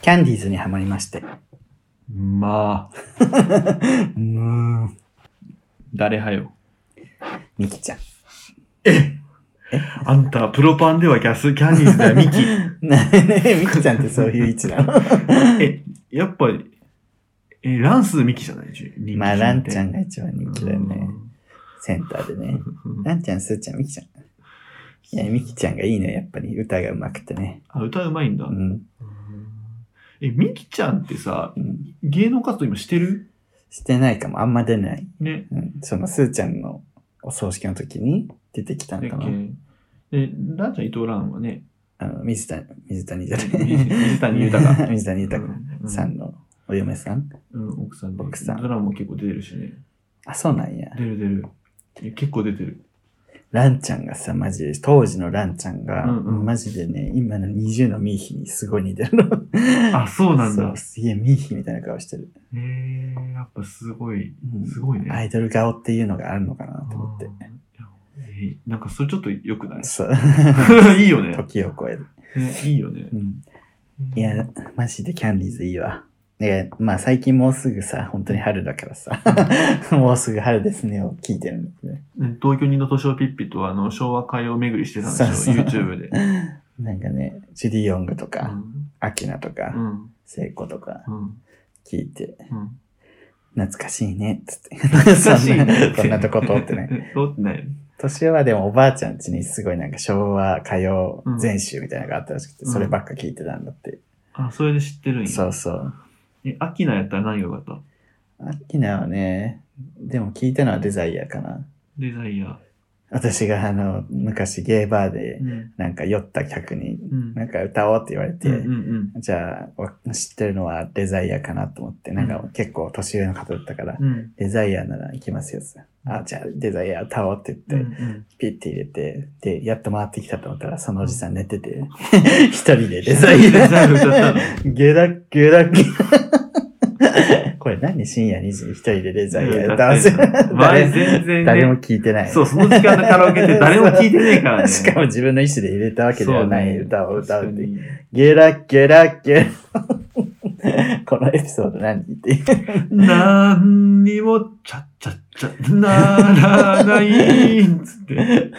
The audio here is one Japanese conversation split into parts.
キャンディーズにはまりまして。まあ、うーん。誰はよ。ミキちゃん。あんた、プロパンではギャス、キャンディーズではミ キ。ねえ ミキちゃんってそういう位置なのえ、やっぱり、え、ランスミキじゃないじ人気まあ、ランちゃんがが一番人気だよね。センターでね。ランちゃん、スーちゃん、ミキちゃん。いや、ミキちゃんがいいのよ、やっぱり。歌が上手くてね。あ、歌うまいんだ。うん。え、ミキちゃんってさ、うん、芸能活動今してるしてないかも。あんま出ない。ね。うん。その、スーちゃんのお葬式の時に出てきただのっかけな。え、ランちゃん伊藤蘭はね、あの、水谷、水谷じゃない。水谷豊 水谷豊うんさんのお嫁さん。うん、奥さんで奥さんドラマも結構出てるしね。あ、そうなんや。出る出る。 え結構出てる。ランちゃんがさ、マジで、当時のランちゃんが、うんうんマジでね、今の20のミーヒにすごい似てるの。あ、そうなんだ。へすげえミーヒみたいな顔してる。えー、やっぱすごい、うんすごいね。アイドル顔っていうのがあるのかなと思って。うんえなんかそれちょっと良 くないそう。いいよね時を超える。ねいいよねう。んいや、マジでキャンディーズいいわ。で、まあ最近もうすぐさ、本当に春だからさ、もうすぐ春ですねを聞いてるんですね。ね東京にの図書ピッピとあの昭和歌謡巡りしてたんですそうよ、そう YouTube で。なんかね、ジュディ・ヨングとうか、んアキナとうか、ん聖子とかうん聞いて、うん懐かしいね、つって。懐かしいね そんなとこ通ってね。。 通ってない。年はでもおばあちゃん家にすごいなんか昭和歌謡うん全集みたいなのがあったらしくて、うんそればっか聞いてたんだって。あ、それで知ってるんや。そうそう。え、アキナやったら何が良かったアキナはね、でも聞いたのはデザイアかな。デザイア。私があの、昔ゲーバーでう、ん。なんか酔った客に、うん。なんか歌おうって言われて、うんうんじゃあ、わ知ってるのはデザイアかなと思って、なんかう結構年上の方だったから、うん。うんデザイアなら行きますよ。あ、じゃあデザイア歌おうってうん言うって、ん。ピッて入れて、で、やっと回ってきたと思ったら、そのおじさん寝てて、一人でデザイ デザイアア歌ったの。ゲラッゲラッゲラこれ何深夜2時に一人でデザイア歌わせ歌ってんの前全然ね誰も聞いてない。そう、その時間のカラオケって誰も聞いてねえから ね。しかも自分の意思で入れたわけではない歌を歌うっていう。て。ゲラゲラゲラ。このエピソード何っていう。なんにも、ちゃっちゃっちゃ、ならない、つ って。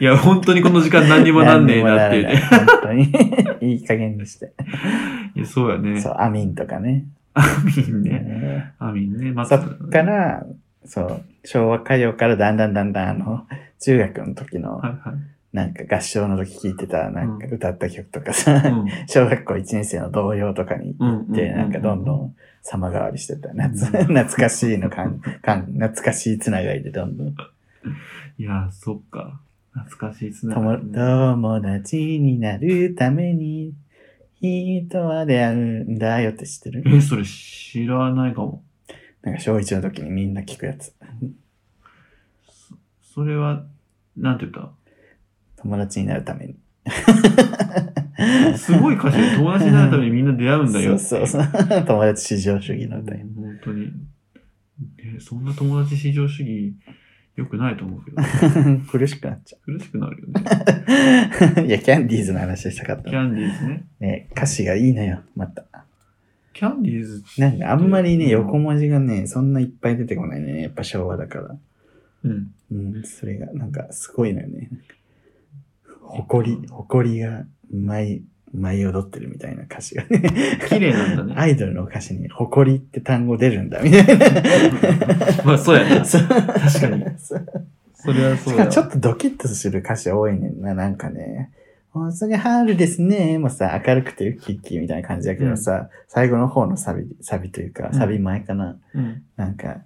いや、本当にこの時間何にもなんねえなっていうね。何にもならない。本当 に。いい加減にして。いや、そうやねそ。う、アミンとかね。アミンね。ねアミンね。まそた、っから、そう、昭和歌謡からだんだんだんだんあの、中学の時のは、いなんか合唱の時聴いてた、なんかう歌った曲とかさ、はい。 小学校1年生の童謡とかにうん。うん。で、なんかどんどん。ん様変わりしてった。うん夏、 懐かしいの感、感、懐かしいつながりでどんどん。いや、そっか。懐かしいですね。友うん友達になるために、人は出会うんだよって知ってるえ、それ知らないかも。なんか小一の時にみんな聞くやつ。それは、なんて言っ友達になるために。たすごい歌詞で友達になるためにみんな出会うんだよ。そうそうそう。友達至上主義の歌よ。本当に。えそんな友達至上主義、良くないと思うけ ど。 苦しくなっちゃ苦しくなるよね。う。い や、キャンディーズの話したかった。キャンディーズね。ね、歌詞がいいのよ、また。キャンディーズってなんかあんまりね、横も。文字がね、そんないっぱい出てこないね。やっぱ昭和だから。うん。うん、それが、なんか、すごいのよね。誇り、誇りが舞い、舞い踊ってるみたいな歌詞がね。綺麗なんだね。アイドルの歌詞に、誇りって単語出るんだ、みたいな。 まあそうや なそう確かに。そうそれはそしかうだ。もちょっとドキッとする歌詞多いねんな、なんかね。もうすぐ春ですね。もうさ、明るくてウキッキーみたいな感じだけどさ、最後の方のサビ、サビというか、サビ前かな。うん。なんか、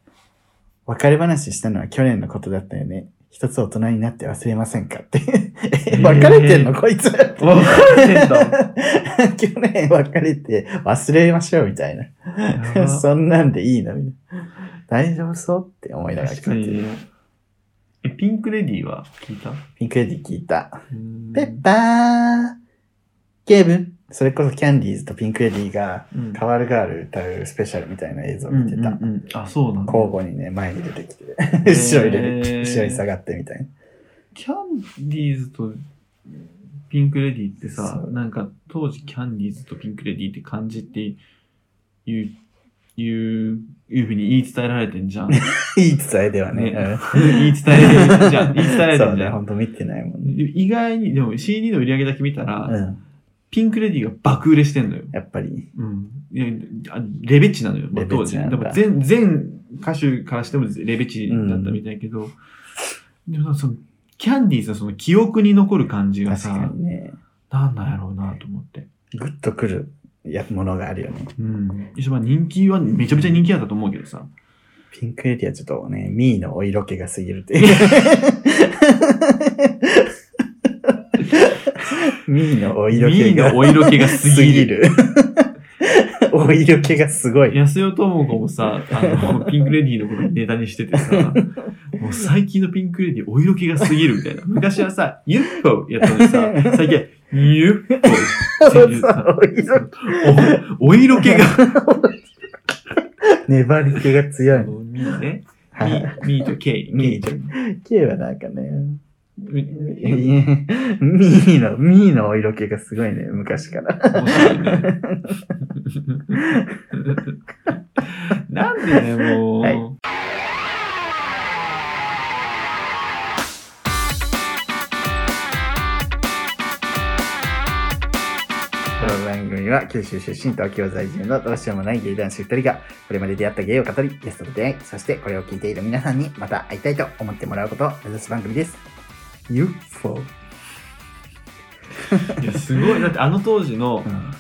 別れ話したのは去年のことだったよね。一つ大人になって忘れませんかって。え別れてんの、こいつ。 分かれてんだ。去年別れて忘れましょうみたいな。そんなんでいいのみたいな。大丈夫そうって思いながら確か聞いてにる。ね。え、ピンクレディーは聞いたピンクレディ聞いた。ペッペパー、ゲーム。それこそキャンディーズとピンクレディがうんカワールガール歌うスペシャルみたいな映像を見てた。うんうんうんあ、そうなんだ。交互にね、前に出てきて、後ろに出てきて、へー後ろに下がってみたいな。キャンディーズとピンクレディってさそ、うなんか当時キャンディーズとピンクレディって感じっていう、いう、いうふうに言い伝えられてん じゃん。ね、いい伝えではね。言い伝えられ てんじ ゃん。言い伝えられそてんうじね、ゃほん。んと見てないもんね。意外に、でも CD の売り上げだけ見たら、うん。ピンクレディが爆売れしてんのよ。やっぱり。うん。いやあレベチなのよ、まレあ、ベ当チ時。なでんだも全、全歌手からしてもレベチだったみたいけど、でもなんかその、キャンディーズのその記憶に残る感じが確かさ、にね。なんなんやろうなと思って。グッとくるやものがあるよね。うん。一緒まあ人気はめちゃめちゃ人気やったと思うけどさ。ピンクエリアちょっとね、ミーのお色気が過ぎるって いう。ミーのお色気ミーがのお色 気がす過ぎぎる。る。 お色気がすごい。安代智子もさ、あ の、ピンクレディーのことネタにしててさ、もう最近のピンクレディーお色気がすぎるみたいな。昔はさ、UFO やったのにさ、最近は UFO っていうさ、お色気おお色気が、 粘り気が強い。ミーね。ミはい。ーミーとケイ。ミーケイ K はなんかね、いやミいやミーの、ミーのお色気がすごいね、昔から。面白いねなんでね、もう。はいこの番組は九州出身東京在住のどうしようもない芸男子2人がこれまで出会った芸を語りゲストと出会いそしてこれを聞いている皆さんにまた会いたいと思ってもらうことを目指す番組です UFO、いやすごい。だってあの当時のうん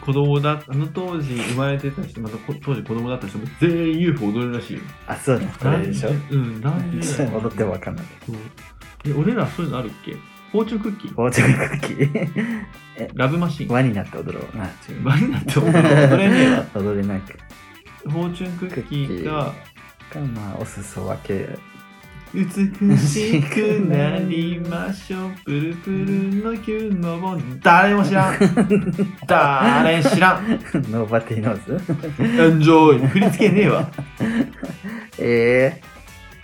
子供だ、あの当時生まれてた人、またこ当時子供だった人も全員 UFO 踊るらしいよ。あそうねこれでしょうん、なんで だよ踊ってもわかんないそうえ、俺らそういうのあるっけフォーチュンクッキー包丁クッキーラブマシン 輪になって踊ろうなバリなって思う。踊れねえわ。踊れなくフォーチュンクッキーがかまあお裾分け 美しくなりましょう。プルプルのキュンのボン。誰も知 らん。誰知らん。ノーバティーノーズ エンジョイ。振り付けねえわ。え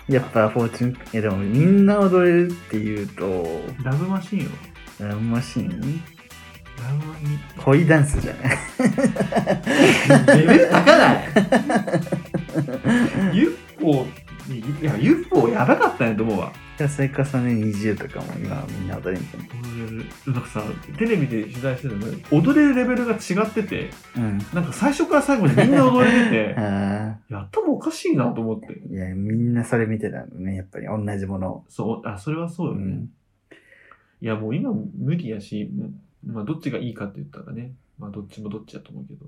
ー、やっぱフォーチュンいやでもみんな踊れるっていうとラブマシンよ。ラブマシーンラブマシ恋ダンスじゃない ン。レベル高 ない。UFO、いや、UFO やばかったねと思うわ。それこそね20とかも今みんな踊れるんじゃないなんかさ、テレビで取材してたのに踊れるレベルが違ってて、うんなんか最初から最後までみんな踊れて て、あいや頭おかしいなと思って。ーいやみんなそれ見てたのねやっぱり同じものをそう、あ、それはそううよね。んいや、もう今無理やし、まあ、どっちがいいかって言ったらね、まあ、どっちもどっちだと思うけど。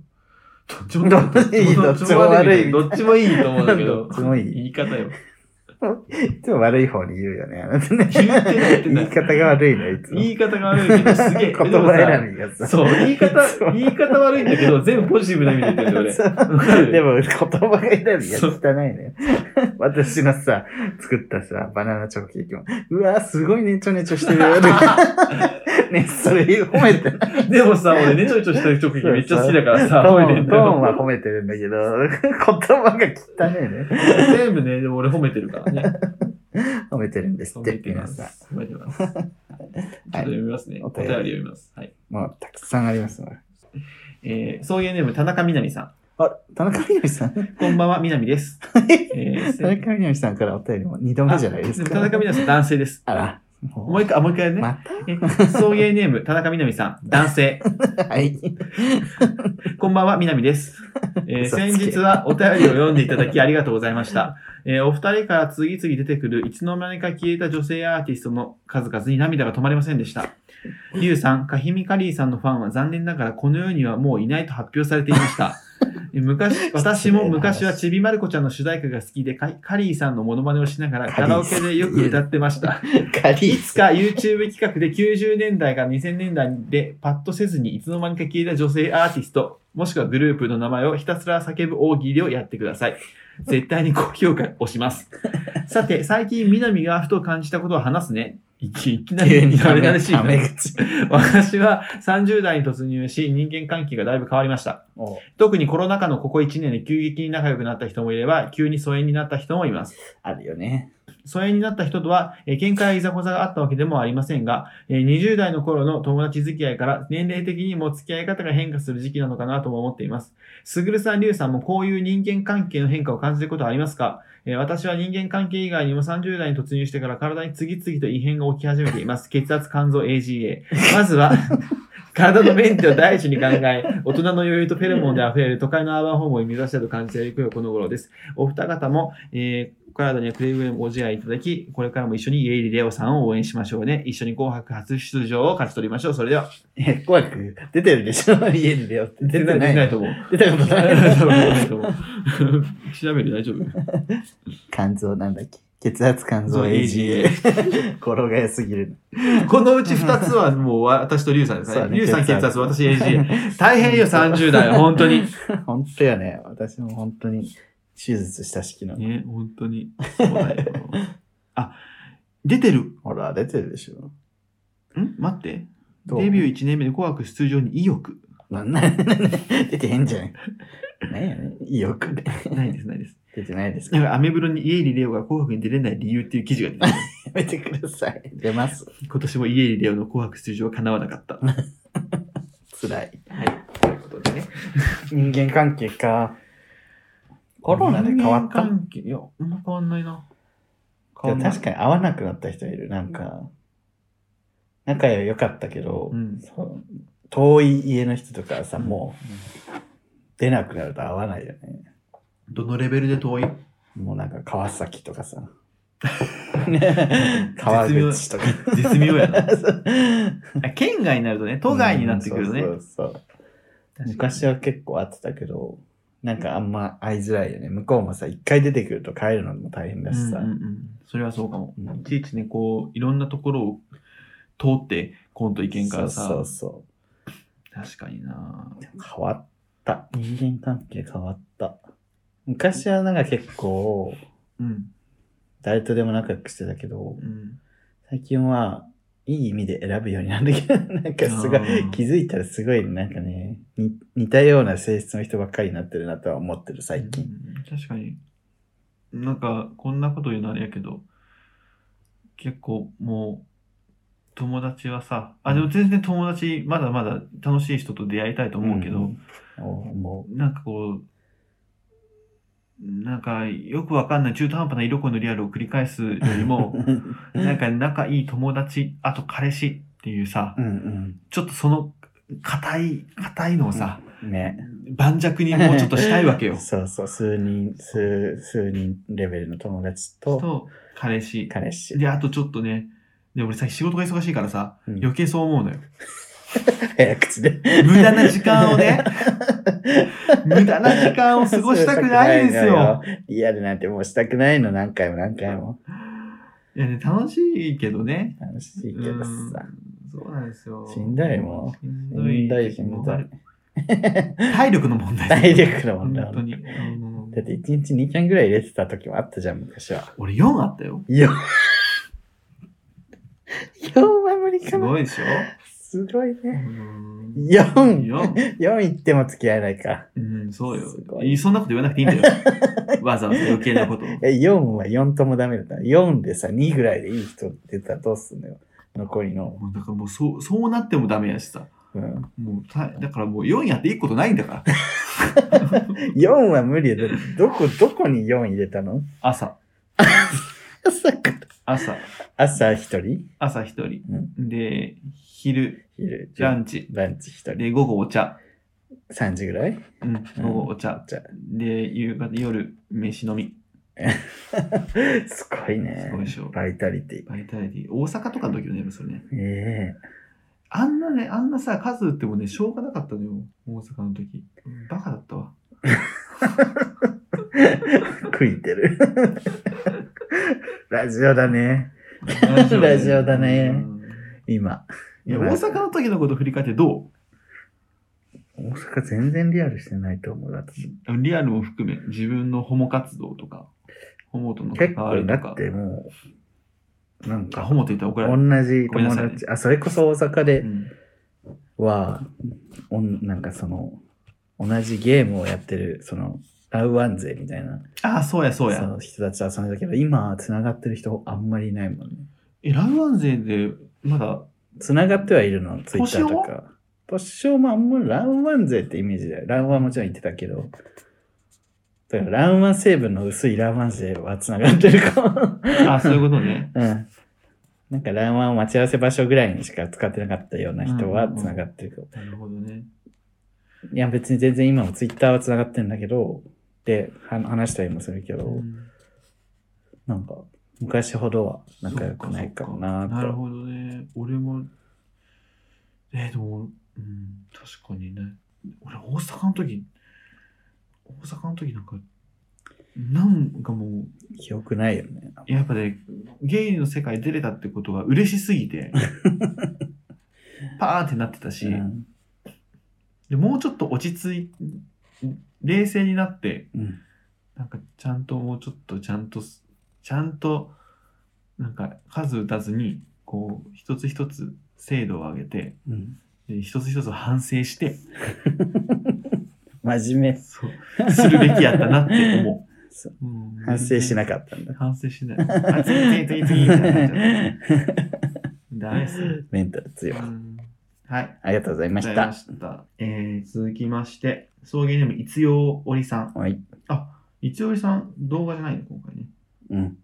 どっちもどっちもいいどっちも悪い。どどっちもいいと思うんだけど。どっちもいい言い方よ。いつも悪い方に言うよねあ なたね言ってない言って言ないい方が悪いのいつも言い方が悪いけど、すげえ。 言葉選びがでもささそう、言いそ方、う言い方悪いんだけど、全部ポジティブな意味で言ってるんだそ よ、う俺。わかるでも言葉が選びが汚いね。私のさ、作ったさ、バナナチョコケーキも、うわーすごいねちょねちょしてるよ。ね、それ褒めてない。でもさ、俺ねちょいちょいした時めっちゃ好きだからトさ、褒めてーンんトだーンはよ。褒めてるんだけど、言葉が汚いね。全部ね、でも俺褒めてるか らね。褒めてるんですっ褒てめ、て皆ます。さん。褒めてます。ちょっと読みますね。おお便便りり読みます。はい。もうたくさんありますので。えー、そういうネーム、田中みなみさあら、田中みな実さんん。こんばんは、みなみです。えー、田中みな実さんからお便りも2度目じゃないですあか。も田中みなみさん、男性です。あら、もうもう一回、あもう一回ね。まえ送迎ネーム、田中みなみさん、男性。た、はい。こんばんは、みなみ です。えー嘘つけ先日はお便りを読んでいただきありがとうございました。えーお二人から次々出てくるいつの間にか消えた女性アーティストの数々に涙が止まりませんでした。ゆうさん、かひみかりーさんのファンは残念ながらこの世にはもういないと発表されていました。えー 昔、私も昔はちびまる子ちゃんの主題歌が好きで、かカリーさんのモノマネをしながらカラオケでよく歌ってました。カリいーつか YouTube 企画で90年代から2000年代でパッとせずにいつの間にか消えた女性アーティスト、もしくはグループの名前をひたすら叫ぶ大喜利をやってください。絶対に高評価をします。さて、最近、南がふと感じたことを話すね。いきいきなり急に慣たれ慣めれしいなため口。私は30代に突入し、人間関係がだいぶ変わりました。もう特にコロナ禍のここ1年で急激に仲良くなった人もいれば、急に疎遠になった人もいます。あるよね。疎遠になった人とは、えー喧嘩やいざこざがあったわけでもありませんが、えー20代の頃の友達付き合いから年齢的にも付き合い方が変化する時期なのかなとも思っています。すぐるさん、りゅうさんもこういう人間関係の変化を感じることはありますか、えー私は人間関係以外にも30代に突入してから体に次々と異変が起き始めています。血圧、肝臓、AGA。まずは、 体のメンテを第一に考え、大人の余裕とフェルモンで溢れる都会のアーバンホームを目指したいと感じていくよ、この頃です。お二方も、えー、お体にはくれぐれもご自愛いただき、これからも一緒に家入レオさんを応援しましょうね。一緒に紅白初出場を勝ち取りましょう。それでは、え、怖く、出てるでしょ家に出ようって。出てなできないい。と思う。 出たことない。調べる大丈夫肝臓なんだっけ血圧肝臓そう AGA AGA。転がやすぎる。このうち二つはもう私とリュウさんですそうねだ。ねリュウさん血血圧、圧私 AGA。大変よ、30代。 本当に。本当やね。私も本当に手術した式の。ね、本当に。そうだよ。あ、出てる。ほら、出てるでしょ。ん待って。どうデビュー1年目で紅白出場に意欲。なんなん出てへんじゃん。なんやね意欲で。ないです、ないです。出てないですかだからアメブロに家入レオが紅白に出れない理由っていう記事が出てるやめてください。出ます。今年も家入レオの紅白出場は叶わなかった。は辛い。い。ということでね。人間関係か。コロナで変わった人間関係いや、あんま変わんないな。いやんない確かに会わなくなった人いる。なんか、仲良かったけど、うんそう遠い家の人とかさ、うんもう出なくなると会わないよね。どのレベルで遠いもうなんか川崎とか さ。妙川口とか。絶妙やな。そうあ県外になるとね、都外になってくるとね。うんそうそうそう確かに昔は結構会ってたけど、なんかあんま会いづらいよね。向こうもさ、一回出てくると帰るのも大変だしさ。うんうんうん、それはそうかも。うんいちいちね、こう、いろんなところを通ってこんといけんからさ。そうそう確かになそう。変わった。人間関係変わった。昔はなんか結構、うん。誰とでも仲良くしてたけどう、ん。最近は、いい意味で選ぶようになるんだけど、なんかすごあい、ー気づいたらすごい、なんかね、に似たような性質の人ばっかりになってるなとは思ってる、最う近。ん確かに。なんか、こんなこと言うのあれやけど、結構もう、友達はさ、あ、でも全然友達、まだまだ楽しい人と出会いたいと思うけど、ん。思なんかこう、なんかよくわかんない中途半端な色恋のリアルを繰り返すよりう。 も、うなんか仲いい友達、あと彼氏っていうさ、んちょっとその硬い、硬いのをさ、うん。ね。盤石にもうちょっとしたいわけよ。 そうそう、数人、数、数人レベルの友達と、と、彼氏。彼氏。で、あとちょっとね、で、俺さ、仕事が忙しいからさ、うん余計そう思うのよ。早口で。無駄な時間 をね、無駄な時間を過ごしたくないんですよ。。リアルなんてもうしたくないの、何回も何回も。いやね、楽しいけどね。楽しいけどうんさ。そうなんですよ。しんどいもう。しんしどいんどい時し期もんどあいる。。体力の問題です体力の問題本当に。うんだって1日2キャンぐらい入れてた時もあったじゃん、昔は。俺4あったよ。 4 4は無理すかな。ごいでしょすごいうね。ん 4!4 4? 行っても付き合えないか。うん、そうよすご。いいいそんなこと言わなくていいんだよ。わざわざ余計なことを。 え、4は4ともダメだった。4でさ、2ぐらいでいい人出たらどうすんのよ。残りの。もうだからもうそう、そうなってもダメやしさ。うん。もうた、だからもう4やっていいことないんだから。 4は無理や。だってどこ、どこに4入れたの 朝、朝か。朝、朝1人朝一人。うで、昼、昼。ランチ。ランチ1人。で、午後お茶。 3時ぐらいうん、午後お茶。じゃあで、夕方、夜、飯飲み。すごいね。すごいでしょバイタリティ。バイタリティ。大阪とかの時のね、それね。ええあんなね、あんなさ、数打ってもね、しょうがなかったのよ。大阪の時。バカだったわ。食いてる。 ラジオだね。 ララジオだねうん今。いや、今大阪の時のこと振り返ってど大阪全然リアルしてないと思う。私うリアルも含め、自分のホモ活動とか、ホモとの関結わ構りだとっか。てもう、なんあ、か、ホモって言ったら怒られ同る。じごめん友なさい達、あ、それこそ大阪うでんは、おんなんかその、同じゲームをやってる、その、ラウワン勢みたいな、ああ、そうや、そうや。の人たちと遊んでたけど、今、繋がってる人あんまりいないもんね。え、ラウワン勢で、まだ、繋がってはいるの、ツイッタ星ーをとか。年をもあんまりランワン勢ってイメージだよ。ランワンもちろん言ってたけど。だからランワン成分の薄いランワン勢は繋がってるかも。 ああ、そういうことね。うん。なんかランワンを待ち合わせ場所ぐらいにしか使ってなかったような人は繋がってるかも。なるほどね。いや別に全然今もツイッターは繋がってんだけど、で、は話したりもするけど、うんなんか昔ほどは仲良くないかもなぁとそっかなるほどね。俺も、えー、でも、うん、確かにね。俺、大阪の時、大阪の時なんか、なんかも記憶ないよね。う、やっぱね、ゲイの世界出れたってことが嬉しす ぎて、パーってなってたし、うんでもうちょっと落ち着い、冷静になって、うんなんかちゃんともうちょっとちゃんとす、ちゃんと、なんか数打たずに、こう、一つ一つ精度を上げて、うんで一つ一つ反省して、真面目。そう、するべきやったなって思。そうう ん反省しなかったんだ。反省しない。あ、次、次、次、次、みたいになっちゃった。ダメですね。メンタル強い。うんはい。ありがとうございましありがた。とうございましたえー続きまして、送迎ネーム、いつよおりさん。はい。あ、いつよおりさん、動画じゃないの、今回ね。うん。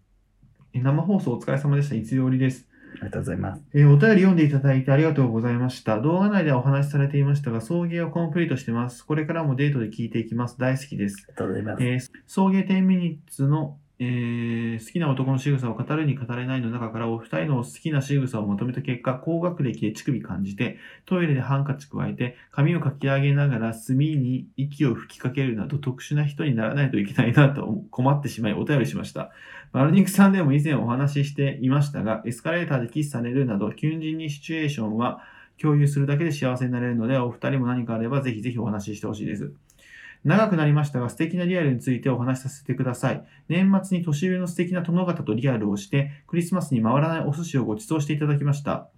え生放送お疲れ様でした。いつよおりです。ありがとうございます。えーお便り読んでいただいてありがとうございました。動画内ではお話しされていましたが、送迎をコンプリートしてます。これからもデートで聞いていきます。大好きですあ。りがとうございます。えー送迎10ミニッツの、えー好きな男の仕草を語るに語れないの中からお二人の好きな仕草をまとめた結果、高学歴で乳首感じて、トイレでハンカチ加えて、髪をかき上げながら炭に息を吹きかけるなど特殊な人にならないといけないなと思困ってしまいお便りしました。マルニクさんでも以前お話ししていましたが、エスカレーターでキスされるなど、求人にシチュエーションは共有するだけで幸せになれるので、お二人も何かあればぜひぜひお話ししてほしいです。長くなりましたが、素敵なリアルについてお話しさせてください。年末に年上の素敵な殿方とリアルをして、クリスマスに回らないお寿司をご馳走していただきました。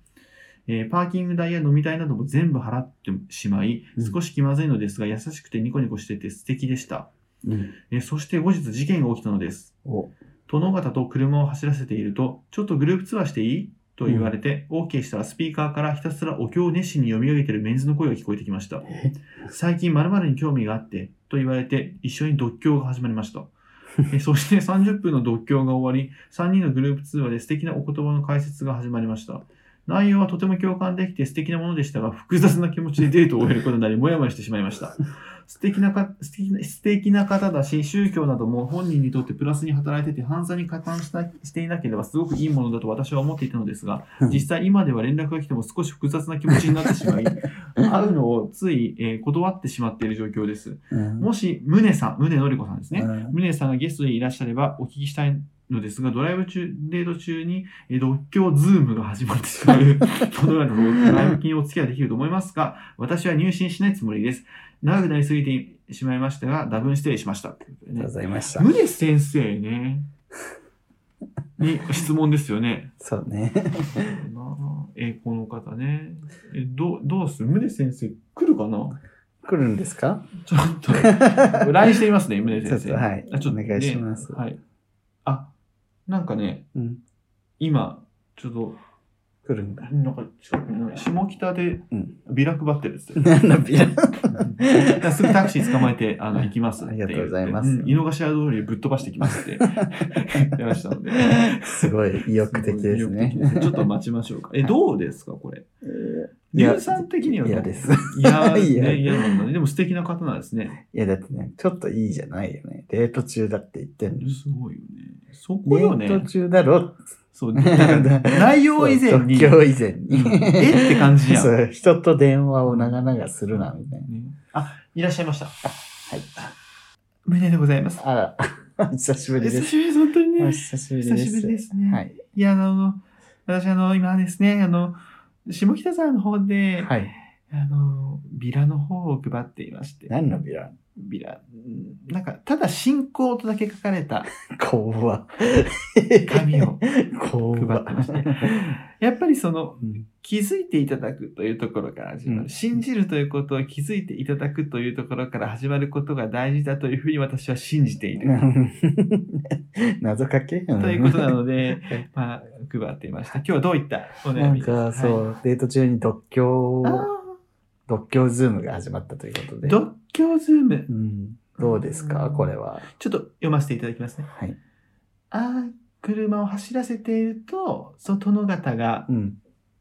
えーパーキング代や飲み代なども全部払ってしまいうん、少し気まずいのですが、優しくてニコニコしてて素敵でした。うん。えーそして後日事件が起きたのです。お、殿方と車を走らせていると、ちょっとグループツアーしていいと言われて、OK したらスピーカーからひたすらお経を熱心に読み上げているメンズの声が聞こえてきました。最近〇〇に興味があって、と言われて、一緒に読経が始まりました。えそして30分の読経が終わり、3人のグループ通話で素敵なお言葉の解説が始まりました。内容はとても共感できて素敵なものでしたが、複雑な気持ちでデートを終えることになり、もやもやしてしまいました。素敵なか素敵な素敵な方だし、宗教なども本人にとってプラスに働いてて、犯罪に加担したしていなければすごくいいものだと私は思っていたのですがうん、実際今では連絡が来ても少し複雑な気持ちになってしまい、会うのをつい、えー断ってしまっている状況です。うん。もし、宗さん、宗のりこさんですね。うん宗さんがゲストでいらっしゃればお聞きしたいのですが、ドライブ中、デート中に、えー、独協ズームが始まってしまうこのようなところ、前向きにお付き合いできると思いますが、私は入信しないつもりです。長くなりすぎてしまいましたが、多分失礼しました。ということありがとうごでねざいました。宗先生ね、に質問ですよね。そう ね。なあえーこの方ね。えどうどうする宗先生来るかな来るんですかちょっと、LINE してみますね、宗先ち生。ょっとはいあちょっとねお願いしますはい。あ、なんかね、うん。今、ちょっと、来るんだ。なんか近くに、下北でうんビラ配ってる っつって。なんだ、 ビラ。だからすぐタクシー捕まえてあの行きますって言ってありがとうございますうん井の頭通りをぶっ飛ばしてきます って言ってましたので。すごい意欲的ですね意。欲的ちょっと待ちまし ょうか。え、どうですか、これ。いやリュウさん的にはどう嫌です。い や、いやね嫌なんだね。でも素敵な方なんですね。いや、だってね、ちょっといいじゃないよね。デート中だって言ってんの。すごいよね。そこデよね。ート中だろ。そう、だから 内容以前に、今日以前に。うんえ って感じや んそう、人と電話を長々するな、みたいな。ねあ、いらっしゃいました。はい。胸でございます。あら、 久しぶりで久す。しぶりです、本当におね。久しぶりで久す。しぶりですね。、はいい。や、あの、私、あの、今ですね、あの、下北沢の方で、はい。あの、ビラの方を配っていまして。何のビラビラ。うんなんか、ただ信仰とだけ書かれた怖っ。紙 を怖配ってまして。やっぱりその、うん気づいていただくというところから始まる。うん信じるということを気づいていただくというところから始まることが大事だというふうに私は信じている。 謎かけとということなの ので、まあ、配っていました。今日はどういったおな悩んみか、そう、はいデート中に独協あ独協ズームが始まったということで。ー独協ズームう。ん、どうですか、うんこれは。ちょっと読ませていただきますね。はい。あー車を走らせていると、その殿方がうん。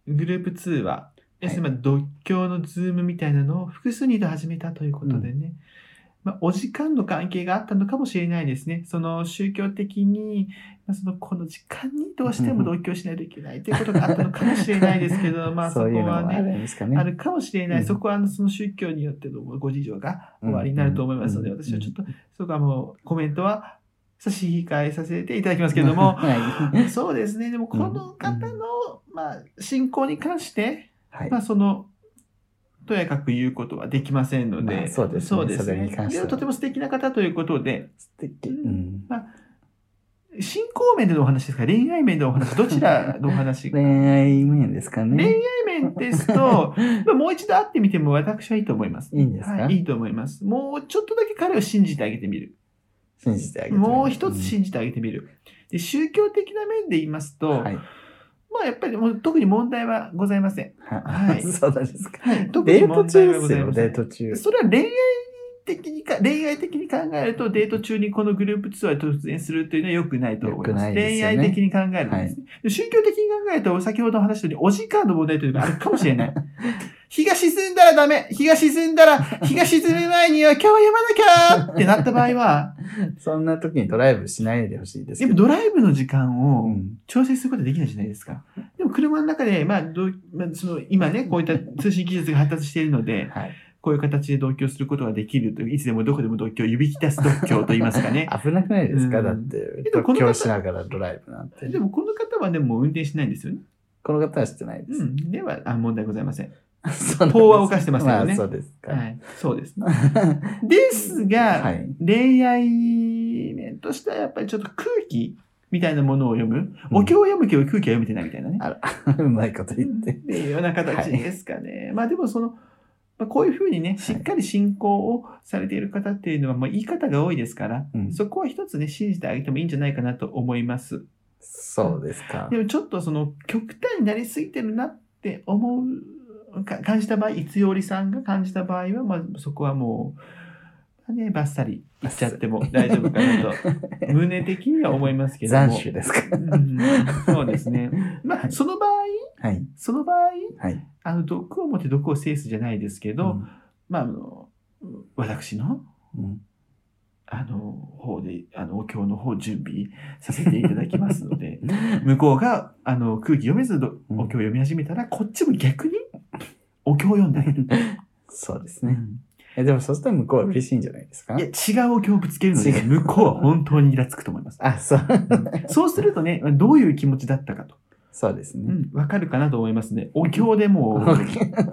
グループ通話、要するにまあ独協のズームみたいなのを複数人で始めたということでね、まあ、お時間の関係があったのかもしれないですね。その宗教的に、まあ、そのこの時間にどうしても同居しないといけないということがあったのかもしれないです けど、まあそそこういうのもはあねる。んですかね。あるかもしれない、うんそこはあのその宗教によってのご事情がおありになると思いますので、うんうん私はちょっと、そこはもうコメントは差し控えさせていただきますけれども、はい。 そうですね、でもこの方の、まあ、信仰に関して、はいまあ、その、とやかく言うことはできませんので、まあそうですねそうですそれに関してはでもとても素敵な方ということで、素敵。うん。信仰面でのお話ですか、恋愛面でのお話、どちらのお話恋恋愛愛面ですかね。面です と、まあもう一度会ってみても私はいいと思います。いいんですか、はい、いいと思います。もうちょっとだけ彼を信じてあげてみる。信じてあげてみる。もう一つ信じてあげてみる。で宗教的な面で言いますと、うんはい。まあやっぱりもう特に問題はございません。ははい そうなんですか。はい、特にデート問題中はでごすざいよ、まデせーん。ト中。それは恋愛的にか、恋愛的に考えると、デート中にこのグループツアーで突然するというのは良くないと思います。良くないです恋よね愛的に考えるとですね、で宗教的に考えると、先ほどお話したように、お時間の問題というのがあるかもしれない。 日が沈んだらダメ日が沈んだら、日が沈む前には今日はやまなきゃってなった場合は、そんな時にドライブしないでほしいですやけっぱど。ドライブの時間うをん調整することはできないじゃないですか。でも車の中で、まあどうまあ、その今ね、こういった通信技術が発達しているので、はい。こういう形で同居することができるという、いつでもどこでも同居、指引き出す同居と言いますか ね。危なくないですか、うんだってでもこ独の方協しながらドライブなんてでもこの方はでも運転しないんですよね。この方はしてないでうす、ん。では、あ問題ございません。そうなんです法は犯してますからね まあ、そうですか、はい。そうです。 ですが、はい 恋愛面としてはやっぱりちょっと空気みたいなものを読む。うんお経を読むけど空気は読めてないみたいなね。あらうまいこと言って、っていうような形ですかね。まあでもその、まあ、こういうふうにね、しっかり信仰をされている方っていうのは、まあ言い方が多いですから、うんそこは一つね、信じてあげてもいいんじゃないかなと思います。そうですかでもちょっとその、極端になりすぎてるなって思う、か感じた場合、いつよりさんが感じた場合は、まあそこはもう、まあね、ばっさり言っちゃっても大丈夫か なと、胸的には思いますけど残も。首ですかうんそうで すね。まあ、その場合、はいその場合、はいあの毒を持って毒を制すじゃないですけど、うんまあ、あの私のうんあの方であのお経の方準備させていただきますの で向こうがあの空気読めずどうおん経を読み始めたら、こっちも逆にお経を読んだり、そうですねえでもそしたら向こうは嬉しいんじゃないですかいや違うお経をぶつけるので違う向こうは本当にイラつくと思います。あそうそうするとねどういう気持ちだったかと、そうですうね、ん、分かるかなと思いますねお経で もう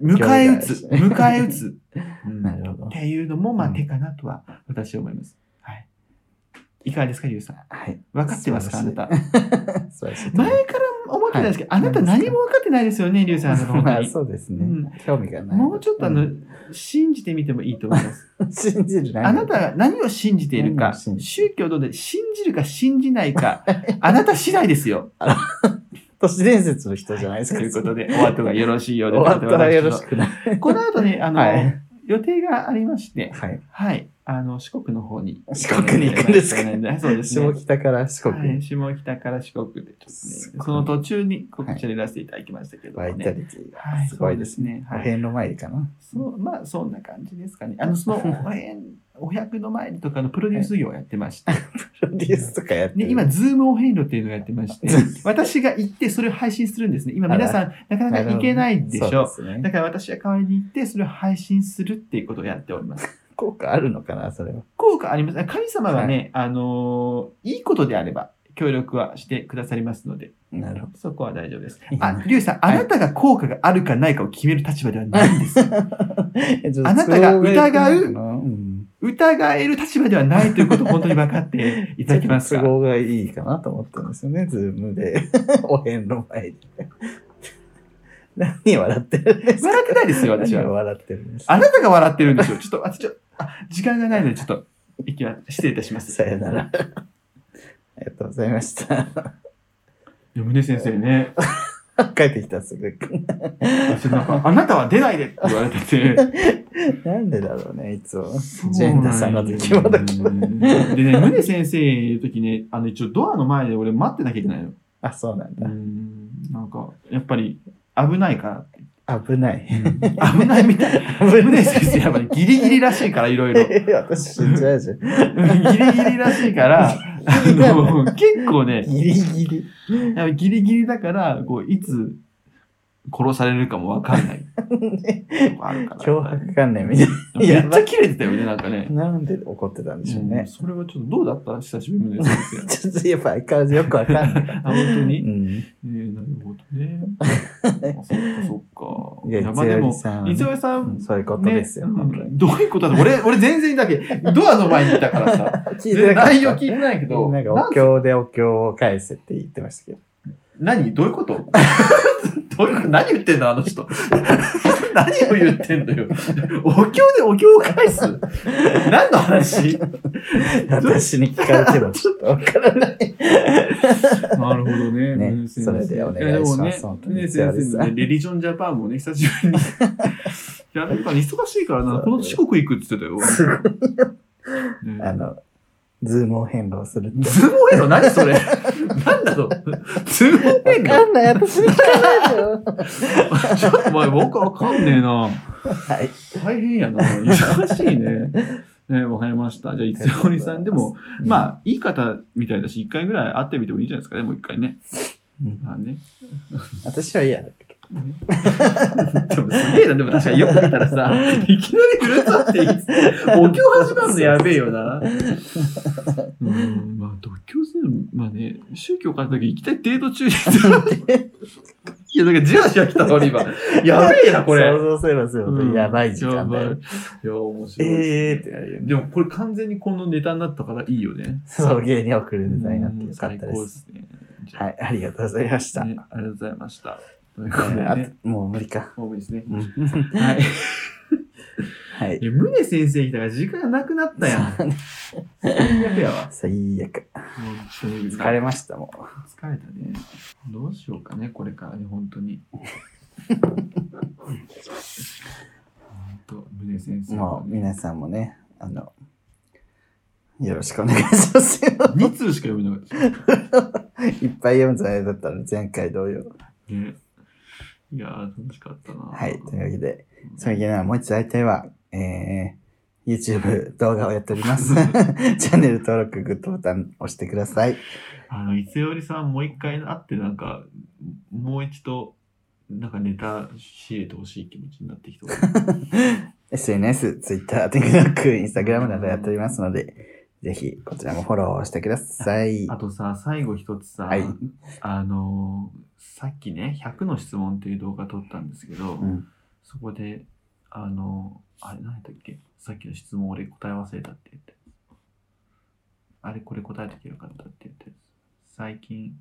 迎迎え撃つ迎え撃 つ、うんなるほどっていうのも、まあ、うん手かなとは、私は思います。はい。いかがですか、ゆうさん。はい分かってますか、あなた。素晴らしいと思います前から思ってたんですけど、あなた何何ですかも分かってないですよね、りゅうさん。あなた本ま当あにそうですね、うん興味がないもうちょっとあの、うん信じてみてもいいと思いま す。信じるあなたが何を信じている何か、を信じ宗教どうで、信じるか信じないか、あなた次第で すよ。都市伝説の人じゃないですとか、いうことで、お後がよろしいよう で終わったらよろしくないこの後ね、あの、はい予定がありまして、はいはい、あの、四国の方に。四国に行くんですか はいそうですね下。北から四国はい、下北から四国でちょっとね、すごいその途中に告知を入れらせていただきましたけどバもイね。タリティはがすごいですね。ねおはい遍路参りかな。そうまあそんな感じですかね。あのそのおへんお百の前にとかのプロデュース業をやってまして、 プロデュースとかやってねる。今、ズームお遍路っていうのをやってまして、私が行ってそれを配信するんですね。今皆さんなかなか行けないでしそうょですね。だから私は代わりに行ってそれを配信するっていうことをやっております。効果あるのかな、それは。効果あります。神様はね、あのーいいことであれば協力はしてくださりますので、なるほど。そこは大丈夫です。ああ、リュウさん、あなたが効果があるかないかを決める立場ではないんです。ああなたが疑ううん、疑える立場ではないということを本当に分かっていただけます都 か合がいいかなと思ったんですよね、ズームで。 お遍路前で。何笑ってるんですか笑ってないですよ、私何をは。笑ってるんですかあなたが笑ってるんですよ。ちょっと、あ、ちょっと、あ、時間がないので、ちょっと、いきま、失礼いたします。さよなら。ありがとうございま した。でもね、先生ね、帰ってきた、すぐ。私なんか、あなたは出ないでって言われてて、なんでだろうね、いつも。ジェンダーさんの時もだけど。でね、宗先生いる時ね、あの、一応ドアの前で俺待ってなきゃいけないの。あ、そうなんうだ。ん、なんか、やっぱり、危ないから。危ない。危ないみたい。危宗先生、やっぱりギリギリらしいから、いろい ろ。ええ私死んじゃうじゃん。ギリギリらし いから、あの、結構ね、ギリギリ。やっぱギリギリだから、こう、いつ殺されるかもわか んない。あるから。脅迫観念みたいめっちゃ切れてたよね、なんかね。な。なんで怒ってたんでしょううんね。それはちょっとどうだった久しぶりのやちつょっとやっぱ相変わらずよくわか んない。あ、本当うに、ねん。えなるほど ね。あそっかそっか。いや、まあでいつよりも、さんいつよさうんん、そういうことですよ。ね本当にうんどういうことだって俺、俺全然だけ、ドアの前にいたからさ、聞いてなかった内容聞いてないけど、なんかお経でお経を返せって言ってました けど。何どういうこと どういうこと何言ってんのあの人。 何を言ってんのよ。お経でお経を返す何の話私に聞かれてもちょっとわ からない。なるほどねねうん先そ生れでお願いしますやでも本当にねね先生は ねいレリジョンジャパンもね、久しぶりに。 いや、なんか忙しいからそうな、ねこの四国行くって言ってたすごい。よ。ねあの、ズームを変動するって。ズームオンエロ何それ 何だろうズームオンエロんない。私 に聞かれても。ちょっとお前、僕わかんねえな。はい。大変やな。忙しいね。ね、わかりました。じゃあ、いつよりさんでも、まあ、あ、いい方みたいだし、一回ぐらい会ってみてもいいんじゃないですかね、もう一回ね。うんまあね。私は嫌だけでもすげえな、でも確かによく見たらさ、いきなりフルーツあっていいっつって、お経始まるのやべえよな。うん、まあ、独教する、まあね、宗教からだけ行きたいデート中に。いや、だからじわじわ来たの、俺今。やべえな、ど。これ。想像すればするほどやばい時間だやばよい。。いや、面白い。えーってなるよね。でもこれ完全にこのネタになったからいいよね。送迎に送るデザインになってよかったで。うん最高ですすね。じゃあはい、ありがとうございました。ねありがとうございました。というえことでーあね。ともう無理か。もう無理ですね。ははい。い。え、宗先生来たから時間なくなったやん。最悪やわ。 最悪。本当に疲れました、もう。疲れたね。どうしようかね、これからね、本当に。本当、宗先生もはうね。皆さんもね、あの、よろしくお願いしますよ。 2通しか読めなかったし。いっぱい読むつもりだったので、前回同様。ねいやー、楽しかったな。はい、というわけで、そういうなもう一つ会いたいは、えー、YouTube 動画をやっております。 チャンネル登録、グッドボタン押してください。あの、いつよりさんもう一回会って、なんか、もう一度、なんかネタ仕入れてほしい気持ちになってきた。 SNS、Twitter、TikTok、Instagram などやっておりますので、ぜひこちらもフォローしてください。あとさ、最後一つさ、はい。あのーさっきね、100の質問っていう動画撮ったんですけど、うんそこで、あのーあれ、何だっけさっきの質問俺答え忘れたって言って。あれ、これ答えときゃよかったって言って。最近、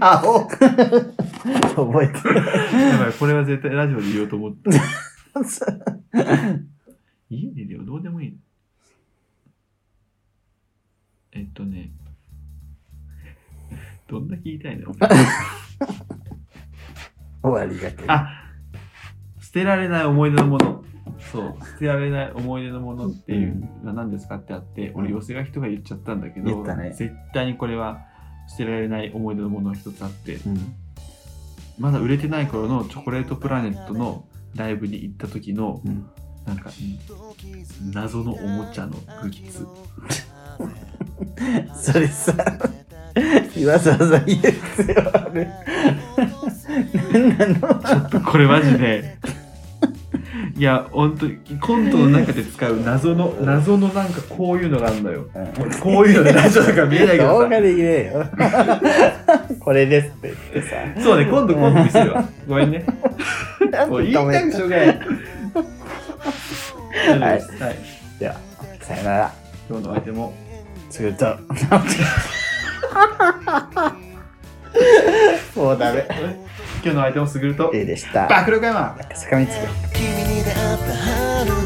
青 覚えてる。やばい、これは絶対ラジオで言おうと思って。家でよ、どうでもいい。えっとね、 どんだけ言いたいの終わりがけ。あ捨てられない思い出のもの。そう、捨てられない思い出のものっていうのは何ですかってあって、俺、寄せ書きとか言っちゃったんだけ言ど、ったね絶対にこれは捨てられない思い出のものが一つあって、うん。まだ売れてない頃のチョコレートプラネットのライブに行った時の、うんなんか、謎のおもちゃのグッズ。それさ、わざわざ言う必要ある。何なの ちょっとこれマジで、いや、本当にコントの中で使う謎の、謎のなんかこういうのがあるのよ。こういうのでラジオだから見えないけ ど動さ。画で言えよ。 これですって言ってさ。そうね、今度今度見せるわ。ごめんね。 もう言いたくてしょうが ない。大丈夫です。はい。では、さよなら。今日のお相手も。すぐと。 もうダメ。今日の相手もすぐる と。でした。爆力山坂道くん。君に出会った春